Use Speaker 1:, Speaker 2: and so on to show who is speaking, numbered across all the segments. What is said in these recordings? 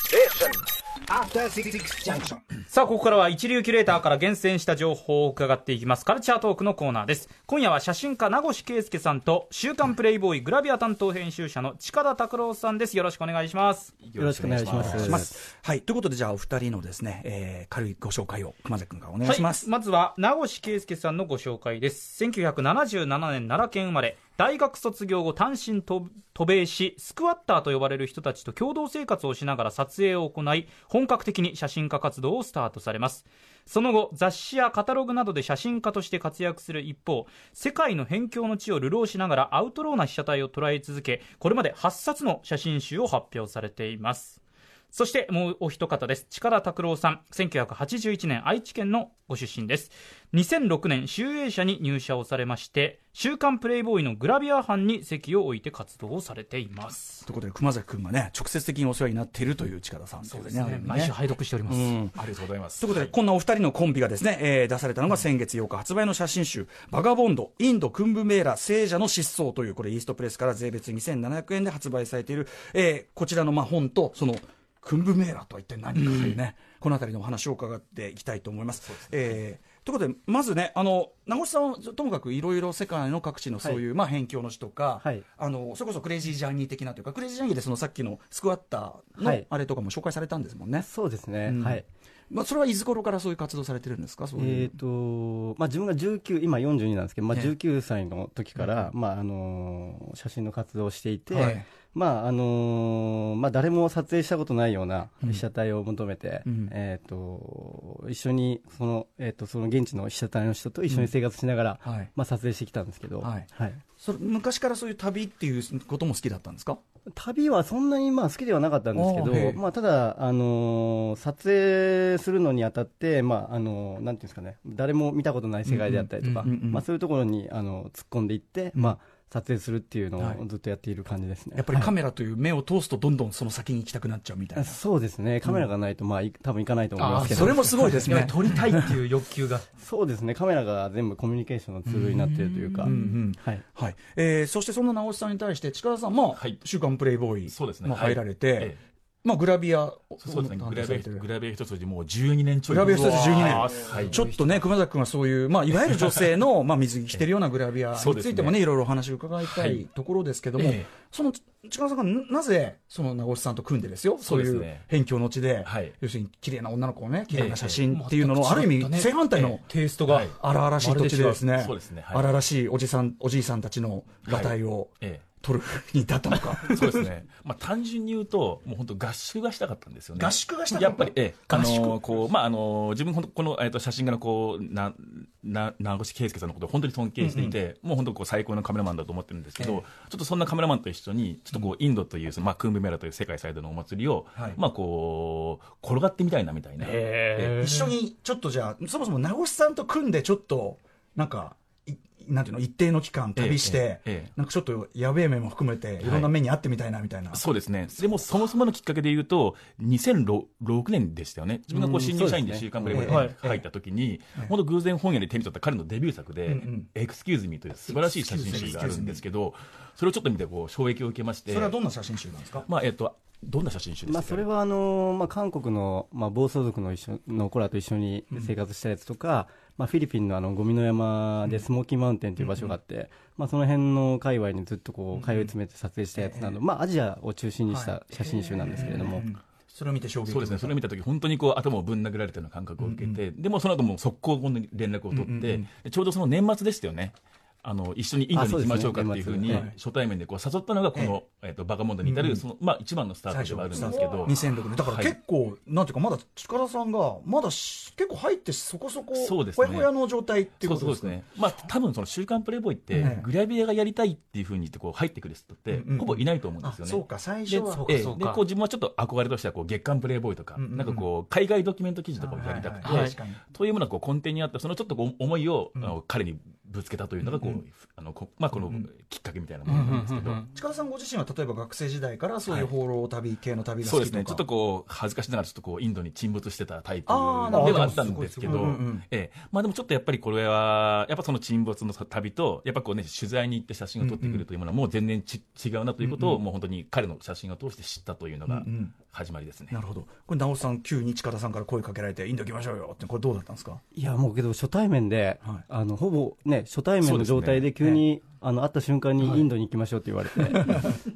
Speaker 1: station.
Speaker 2: さあここからは一流キュレーターから厳選した情報を伺っていきますカルチャートークのコーナーです今夜は写真家名越圭介さんと週刊プレイボーイグラビア担当編集者の近田拓郎さんですよろしくお願いします
Speaker 3: よろしくお願いします
Speaker 4: します。はい。ということで、じゃあ、お二人のですね、えー、軽いご紹介を、熊崎くんがお願いします。
Speaker 2: はい、まずは名越圭介さんのご紹介です1977年奈良県生まれ大学卒業後単身渡渡米しスクワッターと呼ばれる人たちと共同生活をしながら撮影を行い本格的に写真家活動をスタートされますその後雑誌やカタログなどで写真家として活躍する一方世界の辺境の地を流浪しながらアウトローな被写体を捉え続けこれまで8冊の写真集を発表されていますそしてもうお一方です。力拓郎さん、1981年愛知県のご出身です。2006年、集英社に入社をされまして、週刊プレイボーイのグラビア班に席を置いて活動をされています。
Speaker 4: ということで、熊崎くんがね、直接的にお世話になっているという近田さんといね。
Speaker 2: 毎週拝読しております。
Speaker 4: うん
Speaker 1: ありがとうございます
Speaker 4: ということで、こんなお二人のコンビがですね、えー出されたのが先月8日発売の写真集、バガボンド、インド、クンブメーラ、聖者の失踪という、これ、イーストプレスから税別2700円で発売されている、えーこちらのまあ本と、その、クンブメーラとは一体何かというね、このあたりのお話を伺っていきたいと思います。えーということで、まずね、あの、名越さんはともかくいろいろ世界の各地のそういう、まあ、辺境の地とか、
Speaker 3: はい
Speaker 4: あの、それこそクレイジージャーニー的なというか、クレイジージャーニーでそのさっきのスクワッター
Speaker 3: は
Speaker 4: の
Speaker 3: い
Speaker 4: あれとかも紹介されたんですもんね。
Speaker 3: そうですね、
Speaker 4: うん
Speaker 3: はい、
Speaker 4: まあ、それはいつ頃からそういう活動されてるんですか、そういう
Speaker 3: えーとまあ、自分が19、今42なんですけど、まあ、
Speaker 4: ええ
Speaker 3: 19歳の時から、まああのー写真の活動をしていて、
Speaker 4: はい
Speaker 3: まああのーまあ、誰も撮影したことないような被写体を求めて、
Speaker 4: うん
Speaker 3: えー、と一緒にその、えー、とその現地の被写体の人と一緒に生活しながら、
Speaker 4: うんはい
Speaker 3: まあ、撮影してきたんですけど、
Speaker 4: はいそれ昔からそういう旅っていうことも好きだったんですか、
Speaker 3: 旅はそんなにまあ好きではなかったんですけ
Speaker 4: あーへえ
Speaker 3: ど、まあ、ただ、あのー撮影するのにあたって、まああのーなんていうんですかね、誰も見たことない世界であったりとか、
Speaker 4: うんうんうんうん
Speaker 3: まあ、そういうところに、あの突っ込んでいって、まあ、撮影するっていうの
Speaker 4: はい
Speaker 3: をずっとやっている感じですね。
Speaker 4: やっぱりカメラという目を通すと、どんどんその先に行きたくなっちゃうみたい
Speaker 3: あ
Speaker 4: な、
Speaker 3: そうですね、カメラがないと、まあ、い多分行かないと思いますけど、
Speaker 4: それもすごいです
Speaker 2: やっ
Speaker 4: ね
Speaker 2: ぱ。り撮りたいっていう欲求が。
Speaker 3: そうですね、カメラが全部コミュニケーションのツールになっているというか、
Speaker 4: うんうん
Speaker 3: はい、
Speaker 4: はいえーそしてそんな直しさんに対して、近田さんも、
Speaker 5: はい
Speaker 4: 週刊プレイボーイ
Speaker 5: そうですね
Speaker 4: も入られて、
Speaker 5: はいえ
Speaker 4: まあ、グラビアを
Speaker 5: そうですね、
Speaker 4: 担
Speaker 5: グ
Speaker 4: 当
Speaker 5: ラ
Speaker 4: さ
Speaker 5: ビア
Speaker 4: れてる
Speaker 5: グラビア一筋もう12年ちょい。
Speaker 4: グラビア一筋12年
Speaker 5: うわーはい
Speaker 4: ちょっとね、熊崎君はそういう、まあ、いわゆる女性の、まあ、水着着てるようなグラビア
Speaker 5: そう
Speaker 4: に
Speaker 5: で
Speaker 4: つ
Speaker 5: すね
Speaker 4: いてもね、いろいろお話を伺いた
Speaker 5: はいい
Speaker 4: ところですけども、
Speaker 5: ええ
Speaker 4: その、近田さんがななぜ、その名越さんと組んでですよ、そうい
Speaker 5: そう
Speaker 4: う
Speaker 5: ですね
Speaker 4: 辺境の地で、
Speaker 5: はい
Speaker 4: 要するに綺麗な女の子をね、綺麗
Speaker 5: え
Speaker 4: な
Speaker 5: え
Speaker 4: 写真っていうのの、ある意味、正反対の
Speaker 2: テイストが。
Speaker 5: はい
Speaker 4: 荒々しい土地でです
Speaker 5: まるで違
Speaker 4: ね
Speaker 5: うそうですね、はい
Speaker 4: 荒々しいおじさん、おじいさんたちの裸体を
Speaker 5: ええ
Speaker 4: 撮るに至ったの か。
Speaker 5: そうですね、まあ、単純に言うと、もう本当、合宿がしたかったんですよね。
Speaker 4: 合宿がしたか
Speaker 5: や
Speaker 4: っ
Speaker 5: ったぱり、ええ、あのこうまあ、あの自分、ほんとこの、えっと写真家のこうなな名越圭介さんのことを本当に尊敬していて、もう本当こう、最高のカメラマンだと思ってるんですけど、
Speaker 4: ええ
Speaker 5: ちょっとそんなカメラマンと一緒に、ちょっとこうインドという、そのまあ、クンブメラという世界最大のお祭りを、
Speaker 4: はい
Speaker 5: まあ、こう転がってみたいなみたいな。
Speaker 2: へ
Speaker 4: 一緒に、ちょっとじゃあ、そもそも名越さんと組んで、ちょっと、なんか、いなんていうの、一定の期間旅して、
Speaker 5: ええええ
Speaker 4: なんかちょっとやべえ面も含めて、いろんな目に会ってみたいなみたいな。
Speaker 5: そうですね、でもそもそものきっかけで言うと、2006年でしたよね、自分がこう新入社員で
Speaker 3: うんそうですね
Speaker 5: 週刊プレイボーイ
Speaker 4: はい
Speaker 5: に入った時に、本当、偶然本屋で手に取った彼のデビュー作
Speaker 4: うんう
Speaker 5: で
Speaker 4: ん、
Speaker 5: エクスキューズミーという素晴らしい写真集があるんですけど、それをちょっと見てこう、衝撃を受けまして、
Speaker 4: それはどんな写真集なんですか、
Speaker 5: まあえっとどんな写真集ですか、
Speaker 3: まあ、それはあのーまあ、韓国の、まあ、暴走族の一緒の子らと一緒に生活したやつとか、まあ、フィリピンのあのゴミの山でスモーキーマウンテンという場所があって、まあ、その辺の界隈にずっとこう通い詰めて撮影したやつなど、まあ、アジアを中心にした写真集なんですけれども、
Speaker 4: それを見て衝撃
Speaker 5: そうですね、それを見たとき、本当にこう頭をぶん殴られたような感覚を受けて、でもその後もう速攻、今度に連絡を取って、でちょうどその年末でしたよね。あの一緒にインドに行きましょうか
Speaker 3: あ
Speaker 5: っ
Speaker 3: そう
Speaker 5: てい
Speaker 3: で
Speaker 5: う
Speaker 3: す
Speaker 5: ふ
Speaker 3: ね
Speaker 5: うに
Speaker 3: 年末
Speaker 5: 初対面でこう誘ったのがこの、えっとバカモンドに至る、そのまあ、一番のスタートではあるんですけど
Speaker 4: 2006年だから
Speaker 5: はい
Speaker 4: 結構、なんていうかまだ近田さんがまだし結構入ってそこそこ
Speaker 5: そうです
Speaker 4: ほ
Speaker 5: ね
Speaker 4: やほやの状態っていう
Speaker 5: そう
Speaker 4: こと
Speaker 5: そう
Speaker 4: で
Speaker 5: ですす
Speaker 4: か
Speaker 5: ね、まあ多分その「週刊プレイボーイ」って、
Speaker 4: ええ
Speaker 5: グラビアがやりたいっていうふうに言ってこう入ってくる人って、
Speaker 4: うんうん
Speaker 5: ほぼいないと思うんですよ
Speaker 4: あ
Speaker 5: ね。
Speaker 4: そうか最初
Speaker 5: で
Speaker 4: は
Speaker 2: うか
Speaker 5: ええ
Speaker 2: そうか
Speaker 5: でこう自分はちょっと憧れとしてはこう月刊プレイボーイとか、
Speaker 4: うんうんうん
Speaker 5: なんかこう海外ドキュメント記事とかをやりたくて、
Speaker 4: はいはいはい確かに
Speaker 5: というものがこう根底にあったそのちょっとこう思いを、あの彼にぶつけたというのがこう、あのこまあ、このきっかけみたいなものなんですけど。
Speaker 4: 近田さんご自身は例えば学生時代からそういう放浪旅系の旅が
Speaker 5: そう
Speaker 4: 好
Speaker 5: で
Speaker 4: き
Speaker 5: す
Speaker 4: とか、
Speaker 5: ね、ちょっとこう、恥ずかしながら、ちょっとこう、インドに沈没してたタイプで
Speaker 4: あーなるほど
Speaker 5: はあったんですけ
Speaker 4: す
Speaker 5: ど
Speaker 4: ごいすごいうんうん、
Speaker 5: ええ、まあでもちょっとやっぱりこれは、やっぱその沈没の旅と、やっぱこうね、取材に行って写真を撮ってくるというものは、もう全然ち違うなということを、もう本当に彼の写真を通して知ったというのが
Speaker 4: うんうん
Speaker 5: 始まりですね。
Speaker 4: なるほどこれ直さん急に近田さんから声かけられてインド行きましょうよってこれどうだったんですか
Speaker 3: いや、もうけど初対面で、
Speaker 4: はい
Speaker 3: あの、ほぼね、初対面の状態で急に、あの、会った瞬間にインドに行きましょうって言われて、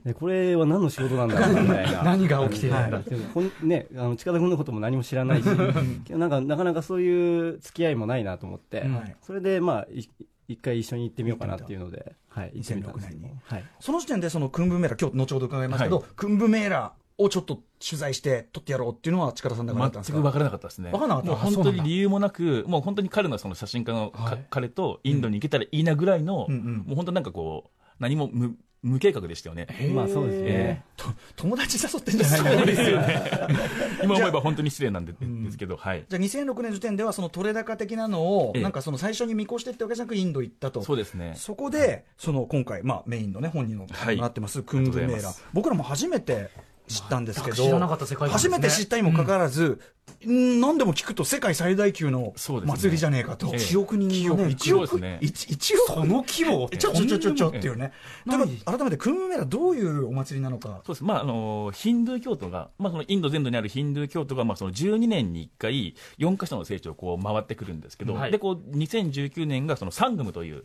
Speaker 3: でこれは何の仕事なんだろうみたいな。
Speaker 2: 何が起きてるんだ
Speaker 3: はいでもほんね、あの近田君のことも何も知らないし、けどなんかなかなかそういう付き合いもないなと思って、
Speaker 4: はい
Speaker 3: それで、まあ、い一回一緒に行ってみようかなっていうので、はい、行ってみたんですけ
Speaker 4: 2006
Speaker 3: ど
Speaker 4: 年に
Speaker 3: はい、
Speaker 4: その時点でそのクンブメーラ今日後ほど伺いますけど、
Speaker 5: は
Speaker 4: クンブメーラをちょっと取材して撮ってやろうっていうのは近田さんだからあったんです
Speaker 5: 全
Speaker 4: か
Speaker 5: く分からなかったですね。
Speaker 4: 分からなかった
Speaker 5: もう
Speaker 4: あそう
Speaker 5: 本
Speaker 4: な
Speaker 5: 当
Speaker 4: んだ
Speaker 5: に理由もなく、もう本当に彼のその写真家のか、
Speaker 4: はい
Speaker 5: 彼とインドに行けたらいいなぐらいの、
Speaker 4: うんうん
Speaker 5: もう本当なんかこう、何も無無計画でした よね。
Speaker 3: まあそうですね、
Speaker 4: と 友達誘ってんじゃないの
Speaker 5: ですよね。今思えば本当に失礼なんでですけど、はい。
Speaker 4: じゃあ2006年時点ではその取れ高的なのを、
Speaker 5: ええ
Speaker 4: なんかその最初に見越してってわけじゃなくインド行ったと
Speaker 5: そうですね。
Speaker 4: そこで、その今回、まあ、メインのね、本人の
Speaker 5: はい
Speaker 4: なってます、クンブ
Speaker 5: あ
Speaker 4: メー
Speaker 5: りがとうござい
Speaker 4: ラ
Speaker 5: ます。
Speaker 4: 僕らも初めて知ったんですけど、
Speaker 2: 全く知らなかった世界観です
Speaker 4: 初
Speaker 2: ね
Speaker 4: めて知ったにもかかわらず、うん何でも聞くと世界最大級の
Speaker 5: そうですね
Speaker 4: 祭りじゃねえかと。
Speaker 5: ええ
Speaker 4: 1億人がね、
Speaker 5: 1億ですね
Speaker 4: 一一億
Speaker 2: この規模
Speaker 4: えちょちょちょちょちょっていうね。
Speaker 2: ええ
Speaker 4: だから改めてクンブメーラどういうお祭りなのか。
Speaker 5: そうですまああのヒンドゥー教徒が、まあ、そのインド全土にあるヒンドゥー教徒が、まあ、その12年に1回、4か所の聖地をこう回ってくるんですけど、
Speaker 2: はい
Speaker 5: でこう2019年がそのサングムという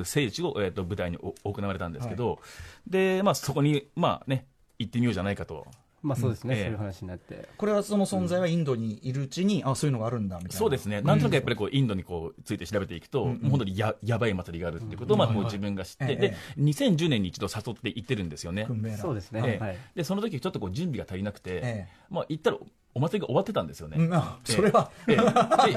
Speaker 5: う聖地を、えー、と舞台にお行われたんですけど、でまあ、そこに、まあね、行ってみようじゃないかと。
Speaker 3: まあそうですね、
Speaker 5: うんええ
Speaker 3: そういう話になって、
Speaker 4: これはその存在はインドにいるうちに、あ、そういうのがあるんだ、みたいな。
Speaker 5: そうですね、なんとなくやっぱりこうインドにこうついて調べていくと、もう本当にややばい祭りがあるっていうことを、まあ、こう自分が知って、
Speaker 4: ええ
Speaker 5: で2010年に一度誘って行ってるんですよね
Speaker 4: ク。ンブメーラ。
Speaker 3: そうですね、
Speaker 5: ええ
Speaker 3: はい、
Speaker 5: でその時ちょっとこう準備が足りなくて、
Speaker 4: ええ
Speaker 5: まあ、行ったらお祭りが終わってたんですよね。
Speaker 4: うんあそれは、
Speaker 5: ええ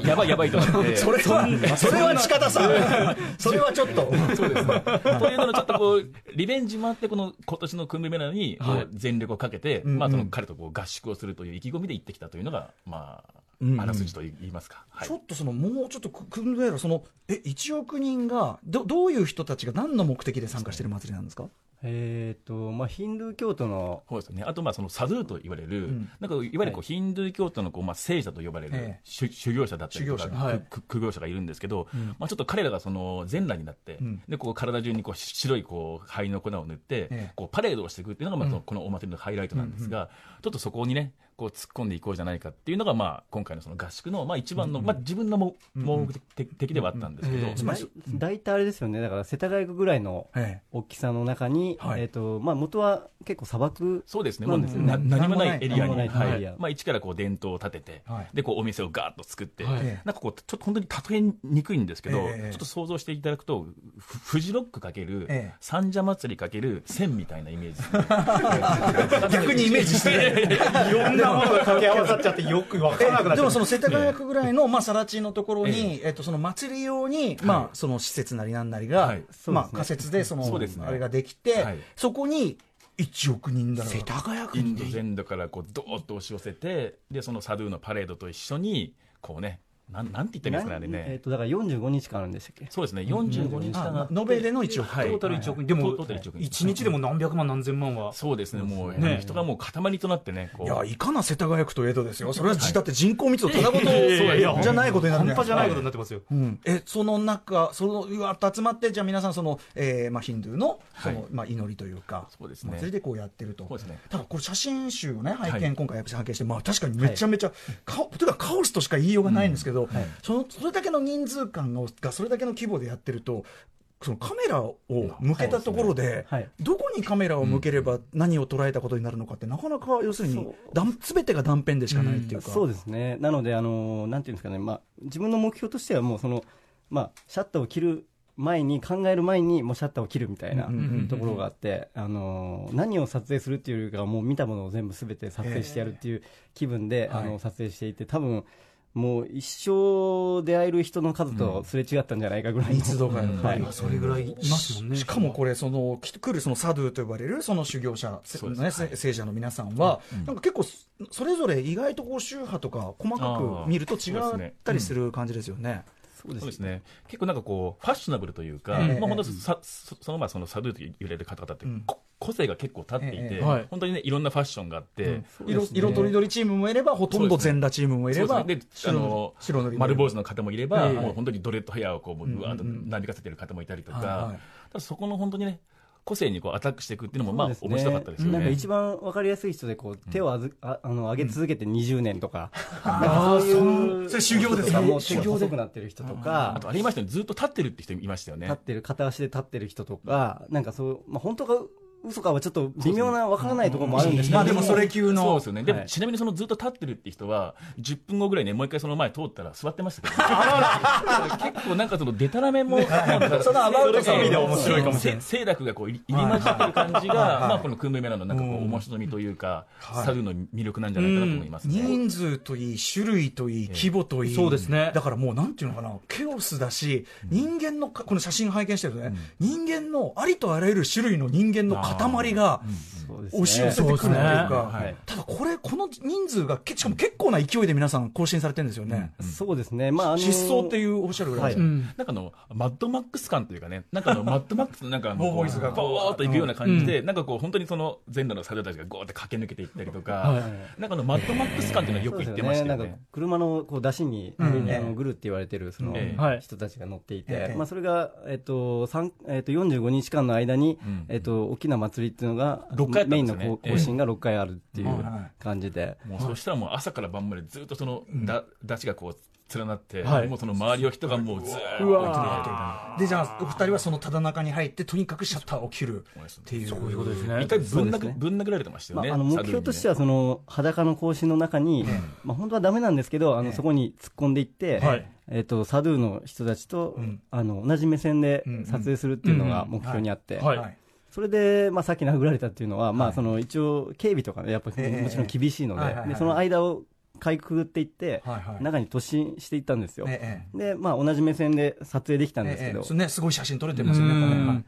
Speaker 5: でやばいやばいとなって。
Speaker 4: それは、それは近田さん。 それはちょっと。
Speaker 5: そうですね。 というののちょっとこう、リベンジもあって、この今年のクンブメラにこう全力をかけて、
Speaker 4: うんうん
Speaker 5: まあその彼とこう合宿をするという意気込みで行ってきたというのが、まあ、
Speaker 4: うんうん
Speaker 5: あらすじと言いますか。はい
Speaker 4: ちょっとそのもうちょっとくクンドゥエラそのえ1億人がどどういう人たちが何の目的で参加してる祭りなんですか
Speaker 3: えっ、と、まあ、ヒンドゥー教徒の
Speaker 5: そうですね、あとまあそのサドゥーと言われる、
Speaker 4: うん
Speaker 5: なんかいわゆるこうヒンドゥー教徒のこうまあ聖者と呼ばれる、
Speaker 4: ええ
Speaker 5: 修修行者だったりとか
Speaker 4: 修行
Speaker 2: 者はい
Speaker 5: く苦行者がいるんですけど、
Speaker 4: うん
Speaker 5: まあ、ちょっと彼らがその全裸になって、
Speaker 4: うん
Speaker 5: でこう体中にこうし白いこう灰の粉を塗って、
Speaker 4: え
Speaker 5: こうパレードをしていくっていうのがまあ
Speaker 4: うん
Speaker 5: そのこのお祭りのハイライトなんですが、ちょっとそこにねこう突っ込んでいこうじゃないかっていうのが、まあ、今回のその合宿のまあ一番の、まあ、自分のも目的的ではあったんですけど、
Speaker 2: うんうん
Speaker 4: つまり
Speaker 3: 大大体あれですよね、だから世田谷区ぐらいの
Speaker 4: え
Speaker 3: 大きさの中に、
Speaker 4: はい
Speaker 3: えっ、と、まあ、元は結構砂漠、
Speaker 5: そうですね、
Speaker 3: な
Speaker 5: も
Speaker 3: ん
Speaker 5: う
Speaker 3: ですよ
Speaker 5: な
Speaker 4: ね
Speaker 5: 何もないエリアに、
Speaker 3: 何もない
Speaker 5: は
Speaker 3: エ
Speaker 5: い
Speaker 3: リア
Speaker 5: まあ、一からこう伝統を立てて、
Speaker 4: はい
Speaker 5: でこうお店をガーッと作って、
Speaker 2: はい
Speaker 5: なんかこうちょっと本当に例えにくいんですけど、
Speaker 4: ええ
Speaker 5: ちょっと想像していただくと、ふフジロックかける、
Speaker 4: ええ
Speaker 5: 三社祭りかける千みたいなイメージですね、
Speaker 4: え逆にイメー ジして
Speaker 2: いろんなものが掛け合わさっちゃってよくわからなくなっ
Speaker 4: で
Speaker 2: ちゃ
Speaker 4: も
Speaker 2: う
Speaker 4: その世田谷区ぐらいの、まあ、更地のところに
Speaker 5: え、
Speaker 4: えっと、その祭り用に、まあ、その施設なりなんなりが、
Speaker 5: はい
Speaker 4: まあ
Speaker 3: そうですね
Speaker 4: 仮設でその
Speaker 5: そうですね
Speaker 4: あれができて、
Speaker 5: はい
Speaker 4: そこに1億人だろう
Speaker 2: 谷
Speaker 5: インド全土からこうどーっと押し寄せて、でそのサドゥーのパレードと一緒に、こうね、なんなんて言ったらいいんですかね、あれ
Speaker 3: な
Speaker 5: ね
Speaker 3: ん。えっ、と、だから45日間あるんでしたっけ
Speaker 5: そうですね、45日間あ
Speaker 4: あ
Speaker 5: って
Speaker 4: 延べでの1億、
Speaker 5: はい
Speaker 2: トータル1億人でも
Speaker 5: トータル一億人
Speaker 2: 1日でも何百万何千万は
Speaker 5: そうですね、もう、
Speaker 2: ね
Speaker 5: 人がもう塊となってね、こう
Speaker 4: いや、いかな世田谷区といえどですよ。それは、だって人口密度ただごと、
Speaker 2: いや
Speaker 4: じゃないことになる
Speaker 2: 半端じゃないこと
Speaker 4: と。
Speaker 2: になってますよ
Speaker 4: うん、えその中、そのうわっと集まって、じゃあ皆さんその、えーまあ、ヒンドゥーのその、
Speaker 5: はい
Speaker 4: まあ、祈りというか、
Speaker 5: そうですね
Speaker 4: 祭りでこうやってると、
Speaker 5: そうですね
Speaker 4: ただこれ、写真集をね、拝見、
Speaker 5: はい
Speaker 4: 今回、拝見して、まあ、確かにめちゃめちゃ、かというかカオスとしか言いようがないんですけど、そのそれだけの人数感が、がそれだけの規模でやってると、そのカメラを向けたところで、
Speaker 3: はい
Speaker 4: どこにカメラを向ければ何を捉えたことになるのかって、なかなか要するに
Speaker 3: そう
Speaker 4: 断、すべてが断片でしかないっていうか、
Speaker 3: そうですね、なので、あのなんていうんですかね、まあ、自分の目標としては、もうその、まあ、シャッターを切る前に、考える前に、もうシャッターを切るみたいな
Speaker 4: うんうんうん
Speaker 3: ところがあって、あの何を撮影するっていうよりかは、もう見たものを全部すべて撮影してやるっていう気分で、
Speaker 4: はい
Speaker 3: あの撮影していて、多分もう一生出会える人の数とすれ違ったんじゃないかぐらいの、
Speaker 4: 密度がやっぱり
Speaker 3: はい
Speaker 2: それぐらいいますもんね
Speaker 4: しかもこれそのき来るそのサドゥと呼ばれるその修行者、
Speaker 5: そうです
Speaker 4: ね
Speaker 5: はい
Speaker 4: せ聖者の皆さんは、なんか結構そそれぞれ意外とこう宗派とか細か
Speaker 5: あー
Speaker 4: く見ると違
Speaker 5: そうです
Speaker 4: っ
Speaker 5: ね
Speaker 4: たりする感じですよね。
Speaker 3: そうで
Speaker 5: そうですすね、結構なんかこう、ファッショナブルというか、
Speaker 4: ええ
Speaker 5: まあ、本当さそそのまあそのサドゥと言われる方々って、
Speaker 4: うん
Speaker 5: こ個性が結構立っていて、
Speaker 4: ええはい
Speaker 5: 本当にね、いろんなファッションがあって、
Speaker 3: そうで
Speaker 4: 色
Speaker 3: すね
Speaker 4: 色とりどりチームもいれば、ほとんど全裸チームもいれば、
Speaker 5: そうですねであ
Speaker 4: 白
Speaker 5: の
Speaker 4: 白塗り
Speaker 5: 丸坊主の方もいれば、
Speaker 4: ええ
Speaker 5: もう本当にドレッドヘアをこう、もう
Speaker 4: うんうんうん
Speaker 5: うわーっとなびかせてる方もいたりとか、
Speaker 4: はいはい
Speaker 5: ただそこの本当にね、個性にこうアタックしていくっていうのも、まあ、
Speaker 3: そう
Speaker 5: 面白かったですよね。
Speaker 3: なんか一番わかりやすい人でこう手をあずああの上げ続けて20年とか、
Speaker 4: あー
Speaker 3: そう
Speaker 4: そんそれ修行ですね
Speaker 3: もう手が細くなってる人と
Speaker 5: あ
Speaker 3: か
Speaker 5: とありましたね、ずっと立ってるって人いましたよね。
Speaker 3: 立ってる片足で立ってる人とかなんかそうまあ本当か嘘かはちょっと微妙なわからないところもあるんですけど、
Speaker 4: まあでもそれ級
Speaker 5: そう
Speaker 4: の
Speaker 5: ですよね、で
Speaker 3: は
Speaker 5: も
Speaker 3: い
Speaker 5: ちなみにそのずっと立ってるって人は、10分後ぐらいね、もう一回その前通ったら座ってましたけどね、結構なんかそのでたらめも、
Speaker 4: そのアバウトさ
Speaker 5: そ
Speaker 4: ん
Speaker 5: う
Speaker 4: 見て面白いかもしれない
Speaker 5: せ清濁がこう入り入り混じってる感じが、まあこのクンメメラのなんかこう面白みというか、サルの魅力なんじゃないかなと思いますね。
Speaker 4: 人数といい、種類といい、規模といい、
Speaker 2: そうですね
Speaker 4: だからもうなんていうのかな、ケオスだし、人間のか、この写真拝見してるとね、人間のありとあらゆる種類の人間の塊が
Speaker 3: そうですね
Speaker 4: 押し寄せてくるというか、
Speaker 5: そうですねはい
Speaker 4: ただこれ、この人数が、けしかも結構な勢いで皆さん更新されてるんですよね。
Speaker 3: そうですねまああの
Speaker 4: 失踪っていうおっしゃるぐらいです
Speaker 3: は
Speaker 4: ね、
Speaker 3: い
Speaker 5: なんかあのマッドマックス感というかね、なんかあのマッドマックスのなんか
Speaker 4: ボーボーイズが
Speaker 5: バーっといくような感じで、なんかこう本当にその全裸のサルたちがゴーって駆け抜けていったりとか、なんかあのマッドマックス感っていうのはよ
Speaker 3: そう
Speaker 5: く
Speaker 3: です
Speaker 5: 言ってましたよ
Speaker 3: なん
Speaker 5: ね
Speaker 3: か。車のこう出しに、
Speaker 4: うん
Speaker 3: あのグルって言われてるその
Speaker 5: ええ
Speaker 2: はい
Speaker 3: 人たちが乗っていて、
Speaker 4: ええ
Speaker 3: まあ、それが、えっと三えっと、45日間の間に、
Speaker 5: うん
Speaker 3: えっと、大きな祭りっていうのが、
Speaker 5: 六回あったん
Speaker 3: メイ
Speaker 5: で
Speaker 3: ン
Speaker 5: す
Speaker 3: の
Speaker 5: よね
Speaker 3: こう更新が6回あるっていう
Speaker 4: ええ
Speaker 3: 感じで、
Speaker 5: もうそしたらもう朝から晩までずっとそのだ、出汁がこう連なって、
Speaker 2: はい
Speaker 5: もうその周りを人がもうずーっと
Speaker 2: うわ
Speaker 4: でじゃあ、お二人はそのただ中に入って、とにかくシャッターを切るっていう、そういうことですね。
Speaker 5: 一回ぶん
Speaker 3: そうで
Speaker 5: 殴、
Speaker 3: すね
Speaker 5: ぶん殴られてましたよ
Speaker 3: ま
Speaker 5: ね。
Speaker 3: あ、あの目標としてはその裸の行進の中に、まあ、本当はだめなんですけどあの、
Speaker 4: ええ
Speaker 3: そこに突っ込んでいって、
Speaker 2: はい
Speaker 3: えっと、サドゥの人たちと、
Speaker 4: うん
Speaker 3: あの同じ目線で
Speaker 4: うん
Speaker 3: 撮影するっていうのが
Speaker 4: うん
Speaker 3: 目標にあって、
Speaker 2: はい
Speaker 4: はい
Speaker 3: それで、まあ、さっき殴られたっていうのは、まあ、その一応警備とかねやっぱり
Speaker 4: ええ
Speaker 3: もちろん厳しいの
Speaker 4: はいはいはい
Speaker 3: ででその間をかいくぐっていって、
Speaker 4: はいはい
Speaker 3: 中に突進していったんですよ。
Speaker 4: ええ
Speaker 3: でまあ、同じ目線で撮影できたんですけ
Speaker 4: え
Speaker 3: ど、
Speaker 4: えそうね、すごい写真撮れてますよね、これ
Speaker 2: うん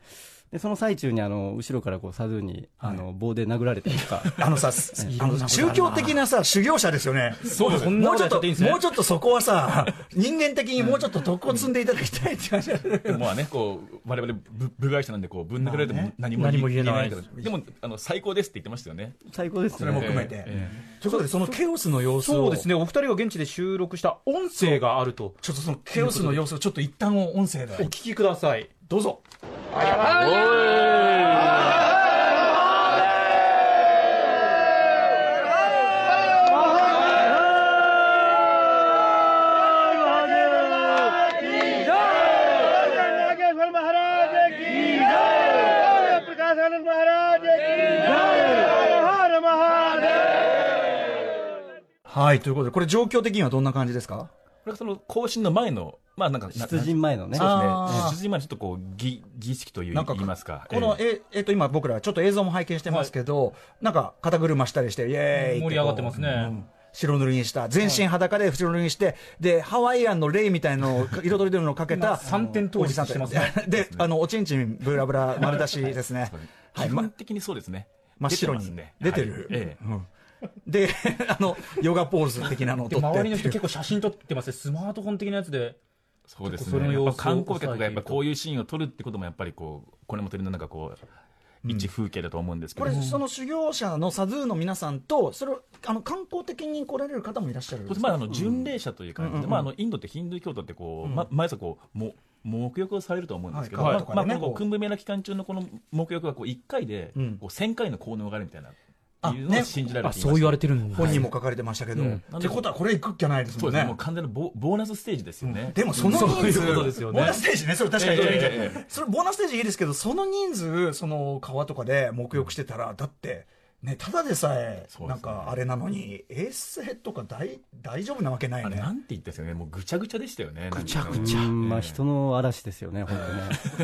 Speaker 3: でその最中にあの後ろからこうサドゥにあの棒で殴られたりと か、
Speaker 4: あのさ、あの宗教的なさ、修行者ですよね。
Speaker 2: そうです
Speaker 4: もうちょっ
Speaker 2: や
Speaker 4: と、
Speaker 2: っていいんですね
Speaker 4: もうちょっとそこはさ、人間的にもうちょっと徳を積んでいただきたいって感じだね
Speaker 5: まあね、こう、我々部部外者なんで、こう、ぶん殴られて
Speaker 4: まあ
Speaker 5: も
Speaker 4: ね
Speaker 5: 何も,、
Speaker 2: 何も言えない
Speaker 5: から。でも、あの、最高ですって言ってましたよね。
Speaker 3: 最高です
Speaker 4: それも
Speaker 3: ね。
Speaker 4: 含めて
Speaker 5: え。え
Speaker 4: ということで、そのケオスの様子を。
Speaker 2: そうですね、お二人が現地で収録した音声があると、
Speaker 4: ちょっとそのケオスの様子をちょっと一旦音声で
Speaker 2: お聞きください。
Speaker 4: どうぞはいということでこれ状況的にはどんな感じですか
Speaker 5: これがその、更新の前の、まあなんか、な
Speaker 3: 出陣前のね。
Speaker 5: そうです
Speaker 4: あー
Speaker 5: ね。出陣前のちょっとこう、儀儀式という、
Speaker 4: なんか
Speaker 5: 言いますか。
Speaker 4: この
Speaker 5: ええ
Speaker 4: ええっと今僕らちょっと映像も拝見してますけど、なんか肩車したりしてイエーイこう
Speaker 2: 盛り上がってますね
Speaker 4: ん白塗りにした全身裸で白塗りにして、でハワイアンのレイみたいのを彩りでのをかけた
Speaker 2: 三点倒
Speaker 4: お
Speaker 2: 立
Speaker 4: じさん
Speaker 2: してますね
Speaker 4: であのおちんちんぶらぶら丸出しで すねはい
Speaker 5: 基
Speaker 4: ま
Speaker 5: 本的にそうですね。
Speaker 4: 真っ白
Speaker 5: 出
Speaker 4: に
Speaker 5: てますね
Speaker 4: 出てる、
Speaker 5: はいええ
Speaker 4: うんで あのヨガポーズ的なのを
Speaker 2: で
Speaker 4: 撮って
Speaker 2: 周りの人、結構写真撮ってますね、スマートフォン的なやつで、
Speaker 5: そうです
Speaker 2: 結構その
Speaker 5: ね。
Speaker 2: 様子を
Speaker 5: やっぱ観光客がやっぱこういうシーンを撮るってこともやっぱりこう、これも撮りのなんかこう、一風景だと思うんですけ
Speaker 4: こ
Speaker 5: ど。
Speaker 4: れ、その修行者のサズーの皆さんと、それをあの観光的に来られる方もいらっしゃるんですか
Speaker 5: まあ、あの巡礼者という感じで、まあ、あのインドってヒンドゥー教徒ってこう、ま毎朝こうも沐浴をされると思うんですけど、
Speaker 4: はい
Speaker 5: まあ
Speaker 4: 川と
Speaker 5: ま
Speaker 4: か
Speaker 5: あ
Speaker 4: でね
Speaker 5: この
Speaker 4: こう
Speaker 5: クンブメラ期間中のこの沐浴はこう1回で
Speaker 4: うん
Speaker 5: こう1000回の効能があるみたいな、
Speaker 4: あ
Speaker 5: いうの
Speaker 4: ね
Speaker 5: を信じられてい
Speaker 2: あ
Speaker 5: ます
Speaker 2: そう言われてるんだ、
Speaker 4: 本人も書かれてましたけど、
Speaker 2: うん
Speaker 4: ってことはこれ行くっきゃないです
Speaker 5: そ
Speaker 4: も
Speaker 5: うんですね
Speaker 4: ね
Speaker 5: もう。完全なボボーナスステージですよね。
Speaker 4: でもその人数、
Speaker 2: そういうことですよね
Speaker 4: ボーナスステージね、それ確かに、
Speaker 5: ええええ
Speaker 4: それボーナスステージいいですけど、その人数、その川とかで沐浴してたら、だって、ね、ただでさえ、
Speaker 5: そうですね
Speaker 4: なんかあれなのに、衛生とか大大丈夫なわけない
Speaker 5: あ
Speaker 4: よ
Speaker 5: れ
Speaker 4: ね。
Speaker 5: なんて言ったんですよね、もうぐちゃぐちゃでしたよね。ぐ
Speaker 4: ちゃぐ
Speaker 3: うんまあ、人の嵐ですよね、本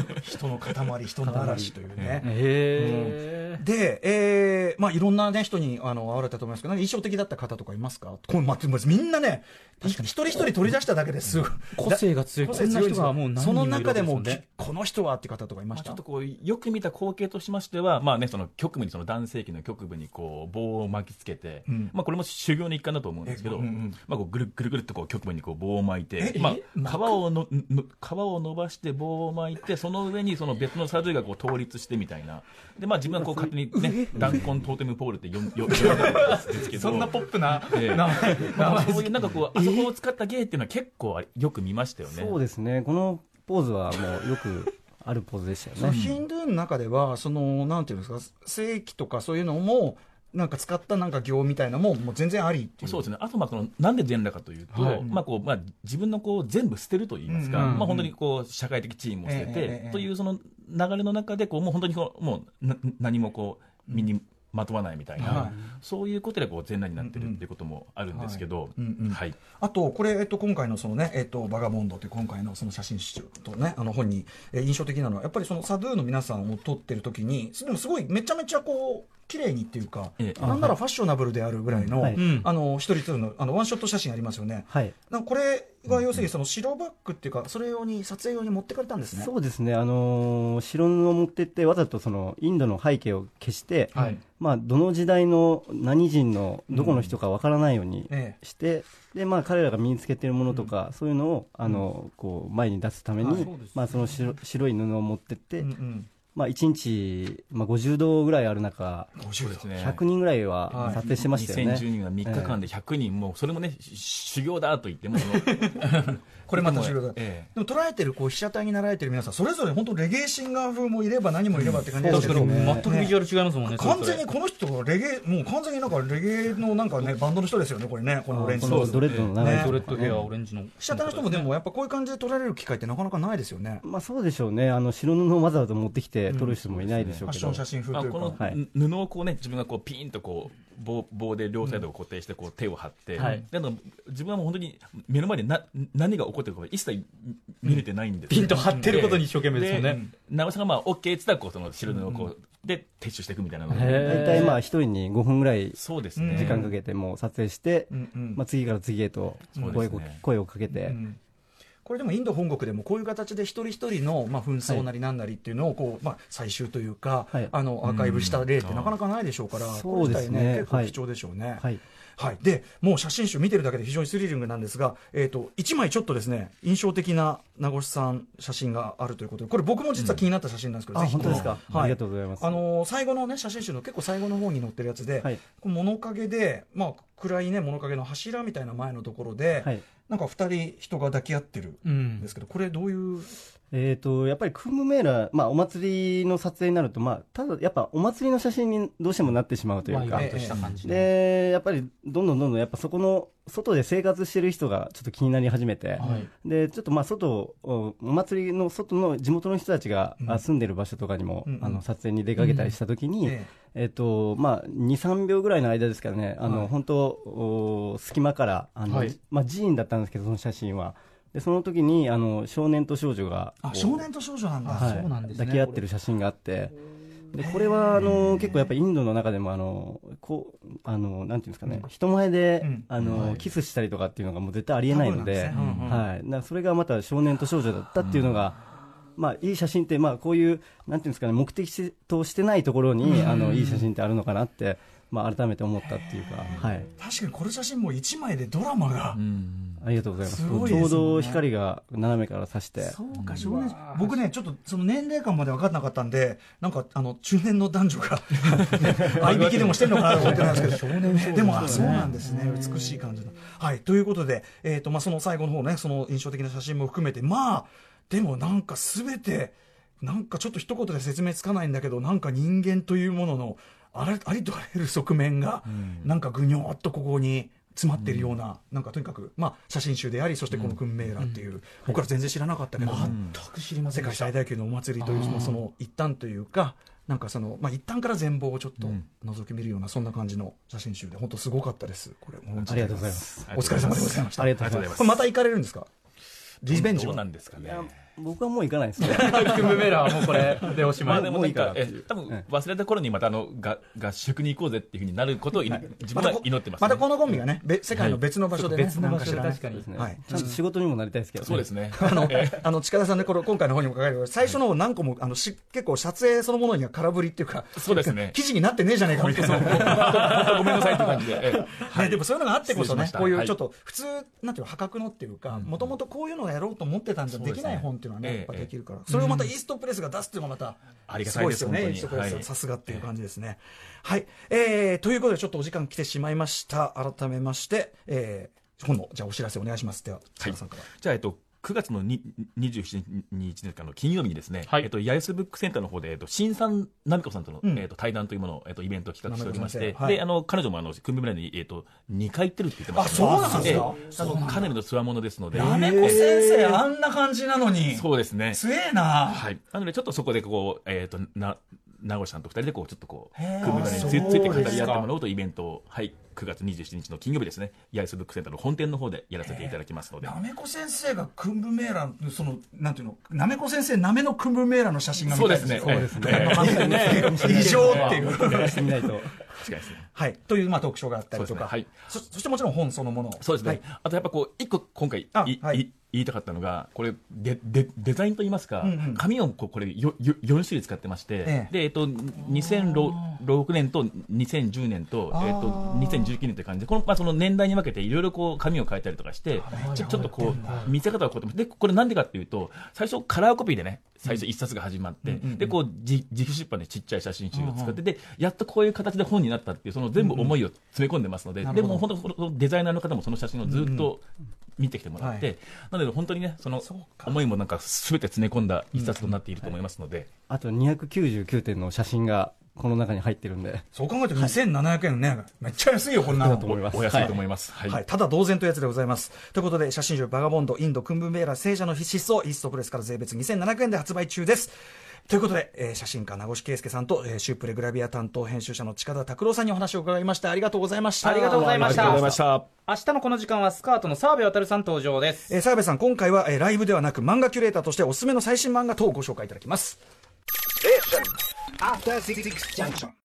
Speaker 3: 当ね。
Speaker 4: 人の塊、人の嵐というね。
Speaker 2: へえ。へー
Speaker 4: で、えーまあ、いろんな、ね、人にあの会われたと思いますけど、なんか印象的だった方とかいますかこう、まあ、みんなね、い一人一人取り出しただけですごい
Speaker 2: 個性が強い
Speaker 4: 個
Speaker 2: こ
Speaker 4: 性
Speaker 2: んな
Speaker 4: 強いん
Speaker 2: 人
Speaker 4: ですよ
Speaker 2: がもう何人
Speaker 4: その中で
Speaker 2: いる
Speaker 4: も、
Speaker 2: わけすね
Speaker 4: きこの人はって方とかいま
Speaker 5: ま
Speaker 4: し
Speaker 5: あち
Speaker 4: た
Speaker 5: ょっとこうよく見た光景としましては、まあね、その局部にその男性器の局部にこう棒を巻きつけて、
Speaker 4: うん
Speaker 5: まあ、これも修行の一環だと思うんですけど、
Speaker 4: えうんうん
Speaker 5: まあ、こうぐるぐるぐるっとこう局部にこう棒を巻いて
Speaker 4: え、
Speaker 5: まあ
Speaker 4: え、
Speaker 5: 皮をのの皮を伸ばして棒を巻いてその上にその別のサルがこう倒立してみたいなで、まあ、自分はこう勝手に、ね、弾痕トーテムポールって呼ん 呼んでたんですけど
Speaker 2: そんなポップな
Speaker 5: ええ
Speaker 2: 名前名
Speaker 5: まあ
Speaker 2: 前
Speaker 5: そういうなんかこうあそこを使った芸っていうのは結構ありよく見ましたよね。
Speaker 3: そうですね、このポーズはもうよくあるポーズでした
Speaker 4: そ
Speaker 3: よ
Speaker 4: の
Speaker 3: ね。
Speaker 4: ヒンドゥーの中では、そのなんていうんですか、正規とかそういうのも、なんか使ったなんか行みたいなのも、もう全然ありっていう。
Speaker 5: そうですね、あとまあこのなんで全裸かというと、
Speaker 4: はい
Speaker 5: まあこうまあ、自分のこう全部捨てるといいますか、
Speaker 4: うんうんうん
Speaker 5: まあ、本当にこう社会的地位も捨てて、
Speaker 4: ええええ
Speaker 5: というその流れの中でこう、もう本当にこうもうな何もこう身にまとわないみたいな、
Speaker 4: はい
Speaker 5: そういうことでこう全裸になってるっていうこともあるんですけど、
Speaker 4: うんうん
Speaker 5: はい
Speaker 4: あと、これ、えっと、今回のそのね、えっと、バガボンドという今回のその写真集とね、あの本に、えー印象的なのは、やっぱりそのサドゥーの皆さんを撮ってる時に、でもすごいめちゃめちゃこう、綺麗にっていうか、
Speaker 5: ええ
Speaker 4: なんならファッショナブルであるぐらいの、
Speaker 3: はい
Speaker 2: うん
Speaker 4: あの、一人一人の、あの、ワンショット写真ありますよね。
Speaker 3: はい。
Speaker 4: なんかこれが要するにその白バッグっていうか、それ用に、撮影用に持ってかれたんですね。
Speaker 3: そうですね、あのー城を持ってって、わざとそのインドの背景を消して、
Speaker 4: はい
Speaker 3: まあ、どの時代の何人のどこの人かわからないように
Speaker 4: え
Speaker 3: して、でまあ、彼らが身につけてるものとか、そういうのをあの、こう前に出すために、
Speaker 2: あそうですね
Speaker 3: まあ、その白白い布を持ってって、
Speaker 4: え。うんうん。
Speaker 3: まあ、1日、まあ、50度ぐらいある中、
Speaker 5: そうですね
Speaker 3: 100人ぐらい
Speaker 4: は
Speaker 3: はい撮影してましたよね。
Speaker 5: 2010人は3日間で100人、もうそれもね、し修行だと言っても、その
Speaker 4: これ また修行だ
Speaker 5: ええ
Speaker 4: でも捉えてるこう被写体になられてる皆さんそれぞれ本当レゲエシンガー風もいれば何もいればって感じです
Speaker 2: 確
Speaker 4: け
Speaker 2: か
Speaker 4: ど、
Speaker 2: に
Speaker 4: ね
Speaker 2: 全くビジュアル違いますもんねそれ
Speaker 4: 完
Speaker 2: ぞれ
Speaker 4: 全にこの人レゲエもう完全になんかレゲエのなんかねバンドの人ですよねこれねこ
Speaker 3: あ
Speaker 4: のオレン
Speaker 3: ー
Speaker 4: ジ
Speaker 3: こ
Speaker 4: の
Speaker 3: のドレッドの長い
Speaker 4: ね
Speaker 3: 人
Speaker 2: ド
Speaker 3: とかね
Speaker 2: レッドヘアオレンジの
Speaker 4: 被写体の人もでもやっぱこういう感じで撮られる機会ってなかなかないですよね
Speaker 3: まあそうでしょうね、あの白布をわざわざ持ってきて撮る人もいないでし
Speaker 4: フ
Speaker 3: ょう
Speaker 4: ァッ
Speaker 3: け
Speaker 4: シ
Speaker 3: ど、
Speaker 4: ョン写真風
Speaker 5: まあ
Speaker 4: という
Speaker 5: この
Speaker 4: か
Speaker 3: はい
Speaker 5: 布をこうね自分がこうピーンとこう棒棒で両サイドを固定してこう手を張って、
Speaker 2: はい
Speaker 5: であの自分はもう本当に目の前でな何が起こってるかが一切見れてないんですよ、
Speaker 2: ピンと張ってることに一生懸命ですよね
Speaker 5: 長さがまあ OK って言ったらこうその白布をこう、で撤収していくみたいなの
Speaker 2: へ
Speaker 5: で
Speaker 2: え
Speaker 3: 大体まあ一人に5分ぐらい
Speaker 5: そうですね
Speaker 3: 時間かけてもう撮影して、
Speaker 4: うんうん
Speaker 3: まあ、次から次へと
Speaker 5: そうですね
Speaker 3: 声,、声をかけて、
Speaker 4: うんこれでもインド本国でもこういう形で一人一人のまあ紛争なりなんなりっていうのをこうまあ採集というか
Speaker 3: はい
Speaker 4: あのアーカイブした例ってなかなかないでしょうから
Speaker 3: うん
Speaker 4: これ自体
Speaker 3: そう
Speaker 4: ね
Speaker 3: ですね
Speaker 4: 結構貴重でしょうね。
Speaker 3: はい、
Speaker 4: はい、でもう写真集見てるだけで非常にスリリングなんですが、えー、と1枚ちょっとですね印象的な名越さん写真があるということでこれ僕も実は気になった写真なんですけど、
Speaker 3: あ
Speaker 4: ぜひ
Speaker 3: 本当ですか、
Speaker 4: は
Speaker 3: あ
Speaker 4: い
Speaker 3: りがとうございます、
Speaker 4: あのー最後の、ね、写真集の結構最後の方に載ってるやつで、
Speaker 3: はい
Speaker 4: こう物陰で、まあ、暗い、ね、物陰の柱みたいな前のところで、
Speaker 3: はい
Speaker 4: なんか2人人が抱き合ってる
Speaker 2: うんん
Speaker 4: ですけどこれどういう、
Speaker 3: えー、とやっぱりクンブメーラー、まあ、お祭りの撮影になると、まあ、ただやっぱお祭りの写真にどうしてもなってしまうという
Speaker 2: ま
Speaker 3: か
Speaker 2: あイベン、トした感じで
Speaker 3: でやっぱりどんどんどんどんやっぱそこの外で生活してる人がちょっと気になり始めて、
Speaker 4: はい
Speaker 3: でちょっとまあ外おお祭りの外の地元の人たちが、
Speaker 4: うん
Speaker 3: あ住んでる場所とかにも、
Speaker 4: うんうん
Speaker 3: あの撮影に出かけたりした時に、
Speaker 4: え
Speaker 3: えっとまあ、2、3秒ぐらいの間ですからね、あの
Speaker 4: はい
Speaker 3: 本当、お隙間からあの、
Speaker 2: はい
Speaker 3: まあ、寺院だったんですけど、その写真は、でその時にあの少年と少女が
Speaker 4: あ
Speaker 3: こう
Speaker 4: 少年と少女なんだ、
Speaker 3: はい
Speaker 2: そうなんですね
Speaker 3: 抱き合ってる写真があって、でこれはあの結構やっぱりインドの中でもあのこうあの、なんていうんですかね、人前で、
Speaker 4: うん
Speaker 3: あの
Speaker 5: はい
Speaker 3: キスしたりとかっていうのがもう絶対ありえないので、
Speaker 4: タブーなんですねうんうん
Speaker 3: はい、だからそれがまた少年と少女だったっていうのが、まあ、いい写真って、まあ、こういうなんていうんですかね目的としてないところに、あのいい写真ってあるのかなって、まあ、改めて思ったっていうか、はい、
Speaker 4: 確かにこの写真も1枚でドラマが。
Speaker 5: うん
Speaker 3: ありがとうございます
Speaker 4: すごいです
Speaker 3: ち
Speaker 4: ね
Speaker 3: ょうど光が斜めから差して。
Speaker 4: そうか、少年僕ね、ちょっとその年齢感まで分かんなかったんで、なんかあの中年の男女 が合いびきでもしてるのかなと思ってたんですけど、でもあそうなんですね、美しい感じの。はい、ということで、えーとまあ、その最後の方ね、その印象的な写真も含めて、まあ、でもなんかすべて、なんかちょっと一言で説明つかないんだけど、なんか人間というもののあらありとあらゆる側面が、なんかぐにょーっとここに。詰まってるような、なんかとにかく、まあ、写真集であり、そしてこの訓命欄っていう、僕ら全然知らなかったけど、
Speaker 2: 全く知りま
Speaker 4: 世界最大級のお祭りというそのその一端というかなんかその、まあ、一端から全貌をちょっと覗き見るような、そんな感じの写真集で本当すごかったですこれも
Speaker 3: ありがとうございます。
Speaker 4: お疲れ様でございました
Speaker 3: ありがとうございます
Speaker 4: これまた行かれるんですかリベンジ
Speaker 5: ど
Speaker 4: は
Speaker 5: うなんですかね
Speaker 3: 僕はもう行かないですね。
Speaker 2: クンブメーラーはもうこれでおし
Speaker 5: ま
Speaker 2: ま
Speaker 5: あ
Speaker 2: い
Speaker 5: で
Speaker 3: も
Speaker 5: も
Speaker 3: う
Speaker 5: ないん
Speaker 3: いから
Speaker 5: か
Speaker 3: って
Speaker 5: え
Speaker 3: いう
Speaker 5: 多分忘れた頃にまたあのが合宿に行こうぜっていうふうになることをい自分は祈ってます、
Speaker 4: またこのコンビがね、べ世界の別の場所でね、
Speaker 2: 別の場所で
Speaker 4: なん
Speaker 2: 確
Speaker 4: か
Speaker 2: かに
Speaker 4: しらね。はい。
Speaker 3: ちゃんと仕事にもなりたいですけど、
Speaker 5: そうですね。
Speaker 4: あの、 あの、近田さんね、この、今回の方にも書かれてる、最初の方何個も、あの、し、結構撮影そのものには空振りっていうか、
Speaker 5: そうですね。
Speaker 4: 記事になってねえじゃねえかみ たいな。
Speaker 5: ごめんなさいって感じで。ええ
Speaker 4: ね、でもそういうのがあってこそ
Speaker 5: 失礼し
Speaker 4: ね
Speaker 5: まし、た
Speaker 4: こういう
Speaker 5: はい
Speaker 4: ちょっと普通、なんていうの、破格のっていうか、もともとこういうのをやろうと思ってたんじゃ
Speaker 5: そうで
Speaker 4: ですき
Speaker 5: ね
Speaker 4: ない本っていうのはね、
Speaker 5: ええ
Speaker 4: やっぱできるから、それをまたイーストプレスが出すっていうのがまた、
Speaker 5: ありが
Speaker 4: す
Speaker 5: た
Speaker 4: ご
Speaker 5: い
Speaker 4: いで
Speaker 5: で
Speaker 4: すすよね、イー
Speaker 5: 本当に
Speaker 4: ストプレス
Speaker 5: は
Speaker 4: は、
Speaker 5: い
Speaker 4: さすがっていう感じですね。はい、えーということで、ちょっとお時間来てしまいました、改めまして、えー本の、じゃあお知らせお願いします。では、近田さんから。
Speaker 5: じゃあ、えっと、9月のに27日ですかあの金曜日にですね、
Speaker 2: はい
Speaker 5: えっと、八重洲ブックセンターの方で、えっと、新さん、奈美子さんとの、
Speaker 4: うん
Speaker 5: えっと、対談というものを、えっと、イベントを企画しておりまし
Speaker 4: 奈美
Speaker 5: て、
Speaker 4: 子先生はい
Speaker 5: で、あの、彼女も、あの、組村に、えっと、2回行ってるって言ってました、
Speaker 4: あそうなんですか
Speaker 5: ええあの、かなりのつわものですので、
Speaker 4: なめこ先生、あんな感じなのに、
Speaker 5: そうですね。
Speaker 4: 強えな。
Speaker 5: はい。なので、ちょっとそこで、こう、えっと、な、名越さんと二人で、こう、ちょっとこう、
Speaker 4: へー
Speaker 5: 組村につ
Speaker 4: あ
Speaker 5: ついて語り合っ
Speaker 4: そうで
Speaker 5: て
Speaker 4: すか
Speaker 5: もらおうというイベントを、はい、9月27日の金曜日ですね、八重洲ブックセンターの本店の方でやらせていただきますので。
Speaker 4: なめこ先生がクンブメーラーの、その、なんていうの、なめこ先生、なめのクンブメーラーの写真が見
Speaker 5: そう
Speaker 4: た
Speaker 5: で
Speaker 4: い
Speaker 5: すね。
Speaker 4: ね。
Speaker 5: ええええ
Speaker 4: 異常っていう。
Speaker 3: やらせて みないと。
Speaker 5: 確かにですね。
Speaker 4: はい。という、まあ、特徴があったりとか。
Speaker 5: そうですね
Speaker 4: そそしてもちろん本そのものを。
Speaker 5: そうですね、
Speaker 4: はい
Speaker 5: あとやっぱこう一個今回い
Speaker 4: あ
Speaker 5: い
Speaker 4: はい
Speaker 5: い言いたかったのがこれデデデザインといいますか、
Speaker 4: うんうん
Speaker 5: 紙をこうこれよよ4種類使ってまして、
Speaker 4: ええ
Speaker 5: でえっと2006年と2010年と,、えっと
Speaker 4: あー
Speaker 5: 2019年という感じでこの、まあ、その年代に分けていろいろこう紙を変えたりとかしてちょちょっとこう見せ方をこうやってでこれなんでかっていうと最初カラーコピーでね最初一冊が始まって、でこうじ自費出版でちっちゃい写真集を使って、でやっとこういう形で本になったっていうその全部思いを詰め込んでますので、
Speaker 4: うんうん
Speaker 5: でも本当このデザイナーの方もその写真をずっと見てきてもらって、なので本当にねその思いもなんか全て詰め込んだ一冊となっていると思いますので、
Speaker 3: あと299点の写真がこの中に入ってるんで、
Speaker 4: そう考えて2700円ね。めっちゃ安いよ、こんな
Speaker 3: だ
Speaker 4: の
Speaker 3: と。思います。
Speaker 5: お安いと思います。はい
Speaker 4: はい、ただ同然というやつでございます。ということで、写真集、バガボンド、インド、クンブンベーラ、聖者の必失踪、イーストプレスから税別2700円で発売中です。ということで、えー写真家、名越圭介さんと、えーシュープレグラビア担当編集者の近田拓郎さんにお話を伺いました。ありがとうございました。
Speaker 2: ありがとうございました
Speaker 5: ありがとうございました。
Speaker 2: 明日のこの時間はスカートの澤部渉さん登場です
Speaker 4: えー、澤部さん、今回は、えーライブではなく漫画キュレーターとしておすすめの最新漫画等をご紹介いただきます。
Speaker 1: After Six Junction.